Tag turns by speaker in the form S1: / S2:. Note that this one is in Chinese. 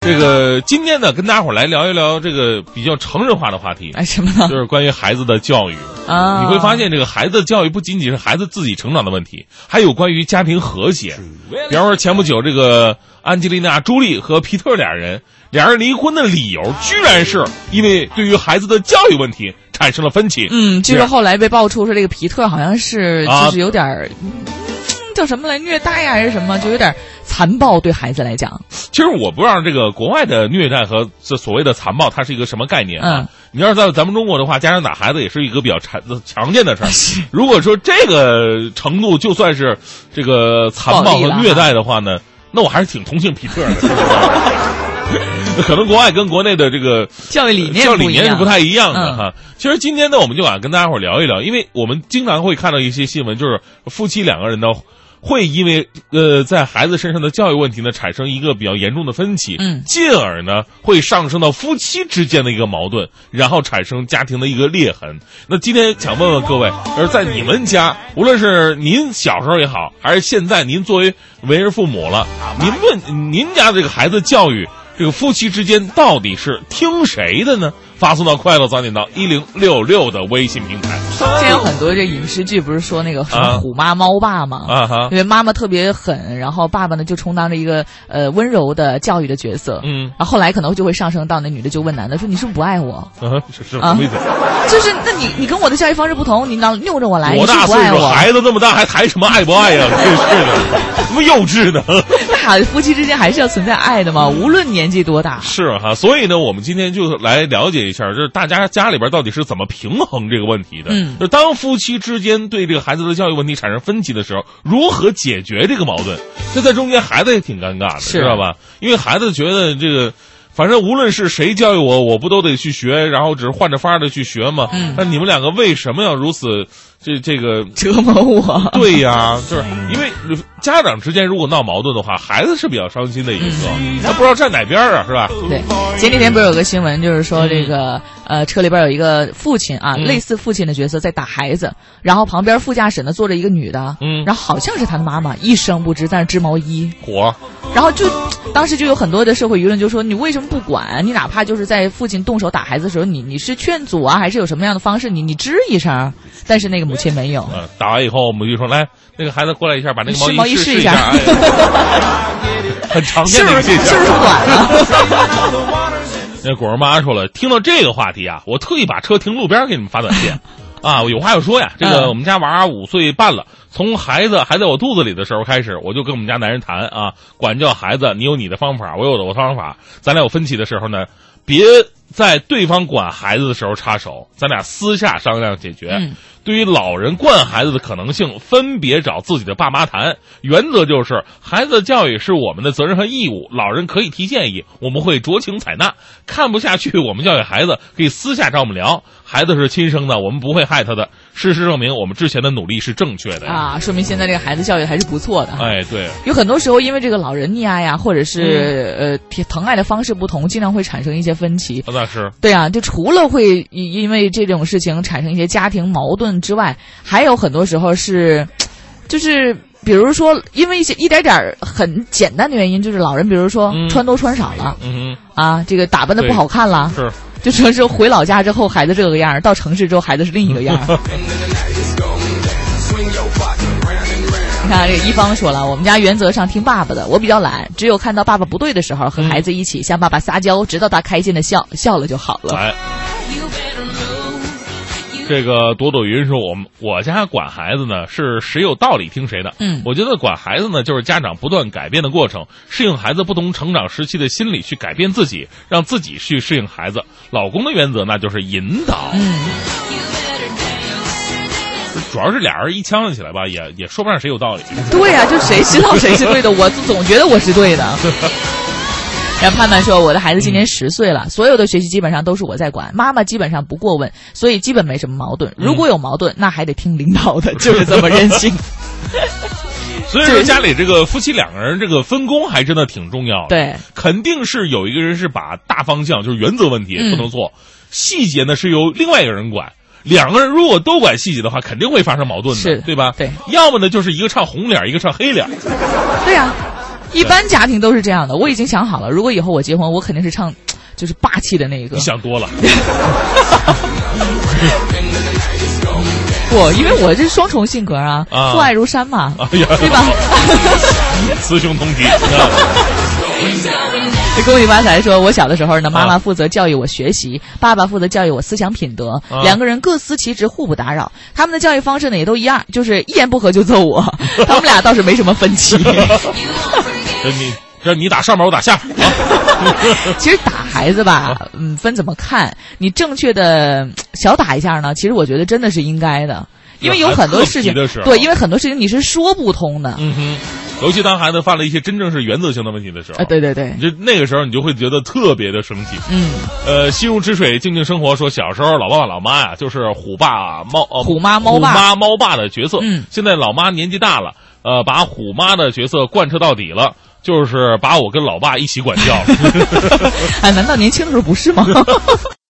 S1: 这个今天呢，跟大家伙儿来聊一聊这个比较成人化的话题，
S2: 哎，什么呢？
S1: 就是关于孩子的教育。
S2: 啊，
S1: 你会发现，这个孩子的教育不仅仅是孩子自己成长的问题，还有关于家庭和谐。比方说，前不久这个安吉丽娜·朱莉和皮特俩人，俩人离婚的理由居然是因为对于孩子的教育问题产生了分歧。
S2: 嗯，据
S1: 这
S2: 说
S1: 样
S2: 后来被爆出说这个皮特好像是
S1: 啊
S2: 就是有点儿、嗯叫什么来虐待呀啊还是什么，就有点儿残暴对孩子来讲。
S1: 其实我不知道这个国外的虐待和这所谓的残暴，它是一个什么概念啊？
S2: 嗯
S1: 你要是在咱们中国的话，家长打孩子也是一个比较常常见 的事儿。如果说这个程度就算是这个残暴
S2: 暴力啊
S1: 和
S2: 了
S1: 虐待的话呢，那我还是挺同情皮特的。是不是 可能国外跟国内的这个
S2: 教育理念
S1: 教育
S2: 不
S1: 理
S2: 一
S1: 念是
S2: 样
S1: 不太一样的
S2: 嗯
S1: 哈。其实今天呢，我们就啊想跟大家伙儿聊一聊，因为我们经常会看到一些新闻，就是夫妻两个人呢。会因为呃，在孩子身上的教育问题呢，产生一个比较严重的分歧，
S2: 嗯
S1: 进而呢会上升到夫妻之间的一个矛盾，然后产生家庭的一个裂痕。那今天想问问各位，而在你们家，无论是您小时候也好，还是现在您作为为人父母了，您问您家这个孩子教育，这个夫妻之间到底是听谁的呢？发送到快乐早点到一零六六的微信平台
S2: 之前有很多这影视剧不是说那个什么
S1: 啊
S2: 虎妈猫爸吗？
S1: 啊哈
S2: 因，为妈妈特别狠，然后爸爸呢就充当着一个呃温柔的教育的角色。
S1: 嗯
S2: 然后后来可能就会上升到那女的就问男的说你是不是不爱我？
S1: 啊是是什么意思？
S2: 就是那你你跟我的教育方式不同，你老拗着我来，你
S1: 多
S2: 是不
S1: 大
S2: 是不
S1: 岁
S2: 爱
S1: 数，
S2: 我？
S1: 孩子这么大还谈什么爱不爱呀？真是的，怎么幼稚呢？
S2: 那夫妻之间还是要存在爱的
S1: 嗯
S2: 嘛，无论年纪多大。
S1: 是哈，所以呢，我们今天就来了解一下，就是大家家里边到底是怎么平衡这个问题的。
S2: 嗯
S1: 就当夫妻之间对这个孩子的教育问题产生分歧的时候，如何解决这个矛盾？这在中间孩子也挺尴尬的，
S2: 是
S1: 知道吧？因为孩子觉得这个。反正无论是谁教育我，我不都得去学，然后只是换着法的去学吗？
S2: 嗯
S1: 那你们两个为什么要如此这这个
S2: 折磨我。
S1: 对呀、就是因为家长之间如果闹矛盾的话，孩子是比较伤心的一个，
S2: 嗯
S1: 他不知道站哪边儿啊，是吧？
S2: 对，前几天不是有个新闻，就是说这个、呃车里边有一个父亲啊，
S1: 嗯
S2: 类似父亲的角色在打孩子，然后旁边副驾驶呢坐着一个女的，
S1: 嗯
S2: 然后好像是他的妈妈，一声不知，但是织毛衣，
S1: 火，
S2: 然后就当时就有很多的社会舆论就说你为什么不管？你哪怕就是在父亲动手打孩子的时候，你你是劝阻啊，还是有什么样的方式？你你吱一声，但是那个母亲没有。
S1: 呃，打完以后，我们就说来，那个孩子过来一下，把那个
S2: 试
S1: 毛衣
S2: 衣
S1: 试
S2: 一
S1: 下，哎 很常
S2: 是
S1: 见
S2: 不
S1: 的一
S2: 是
S1: 个现
S2: 是不是
S1: 象。
S2: 管啊了？
S1: 那果儿妈说了，听到这个话题啊，我特意把车停路边儿给你们发短 信。啊，我有话要说呀！这个
S2: 嗯
S1: 我们家娃儿五岁半了，从孩子还在我肚子里的时候开始，我就跟我们家男人谈啊，管教孩子，你有你的方法，我有我的方法，咱俩有分歧的时候呢，别在对方管孩子的时候插手，咱俩私下商量解决。
S2: 嗯
S1: 对于老人惯孩子的可能性，分别找自己的爸妈谈。原则就是，孩子的教育是我们的责任和义务，老人可以提建议，我们会酌情采纳。看不下去，我们教育孩子可以私下找我们聊。孩子是亲生的，我们不会害他的。事实证明，我们之前的努力是正确的呀。
S2: 啊，说明现在这个孩子教育还是不错的。
S1: 哎，对，
S2: 有很多时候，因为这个老人溺爱呀，或者是、呃疼疼爱的方式不同，经常会产生一些分歧。
S1: 那大师，
S2: 对啊，就除了会因因为这种事情产生一些家庭矛盾之外，还有很多时候是，就是比如说，因为一些一点点儿很简单的原因，就是老人，比如说、
S1: 嗯
S2: 穿都穿少了
S1: 嗯
S2: 啊，这个打扮的不好看了
S1: 哼，，是。
S2: 就说是回老家之后孩子这个样儿，到城市之后孩子是另一个样儿。你看这个一方说了，我们家原则上听爸爸的，我比较懒，只有看到爸爸不对的时候，和孩子一起向爸爸撒娇，直到他开心的笑笑了就好了。
S1: 来，哎这个朵朵云说，我们我家管孩子呢是谁有道理听谁的。
S2: 嗯
S1: 我觉得管孩子呢就是家长不断改变的过程，适应孩子不同成长时期的心理去改变自己，让自己去适应孩子。老公的原则那就是引导，
S2: 嗯，
S1: 主要是俩人一呛起来吧，也也说不上谁有道理。
S2: 对呀、就谁知道谁是对的？我总觉得我是对的。然后盼盼说：“我的孩子今年十岁了，所有的学习基本上都是我在管，妈妈基本上不过问，所以基本没什么矛盾。如果有矛盾，那还得听领导的，就是这么任性。
S1: 所以说家里这个夫妻两个人这个分工还真的挺重要的。。
S2: 对，
S1: 肯定是有一个人是把大方向，就是原则问题
S2: 嗯
S1: 不能错，细节呢是由另外一个人管。两个人如果都管细节的话，肯定会发生矛盾的，
S2: 是
S1: 对吧？
S2: 对，
S1: 要么呢就是一个唱红脸，一个唱黑脸，
S2: 对呀、一般家庭都是这样的。我已经想好了，如果以后我结婚，我肯定是唱，就是霸气的那一个
S1: 你。想多 了。
S2: 不，因为我这双重性格啊，
S1: 啊
S2: 父爱如山嘛，
S1: 哎呀，
S2: 对吧？
S1: 雌雄同体。
S2: 这恭喜发财说，我小的时候呢，妈
S1: 啊
S2: 妈负责教育我学习，爸爸负责教育我思想品德，
S1: 啊
S2: 两个人各司其职，互不打扰。他们的教育方式呢也都一样，就是一言不合就揍我， 他们俩倒是没什么分歧。
S1: 那你让你打上面，我打下边啊。
S2: 其实打孩 子吧，嗯，分怎么看？你正确的小打一下呢，其实我觉得真的是应该的，因为有很多事情
S1: 还特别的时，候
S2: 对，因为很多事情你是说不通的。
S1: 嗯哼，尤其当孩子犯了一些真正是原则性的问题的时候，
S2: 啊，对对对
S1: 你，就那个时候你就会觉得特别的生气。
S2: 嗯，
S1: 呃，心如止水，静静生活。说小时候老爸老妈呀、就是虎爸猫呃
S2: 虎妈猫爸
S1: 虎妈猫爸的角色。
S2: 嗯，
S1: 现在老妈年纪大了，呃，把虎妈的角色贯彻到底了，就是把我跟老爸一起管教。
S2: 哎，难道年轻的时候不是吗？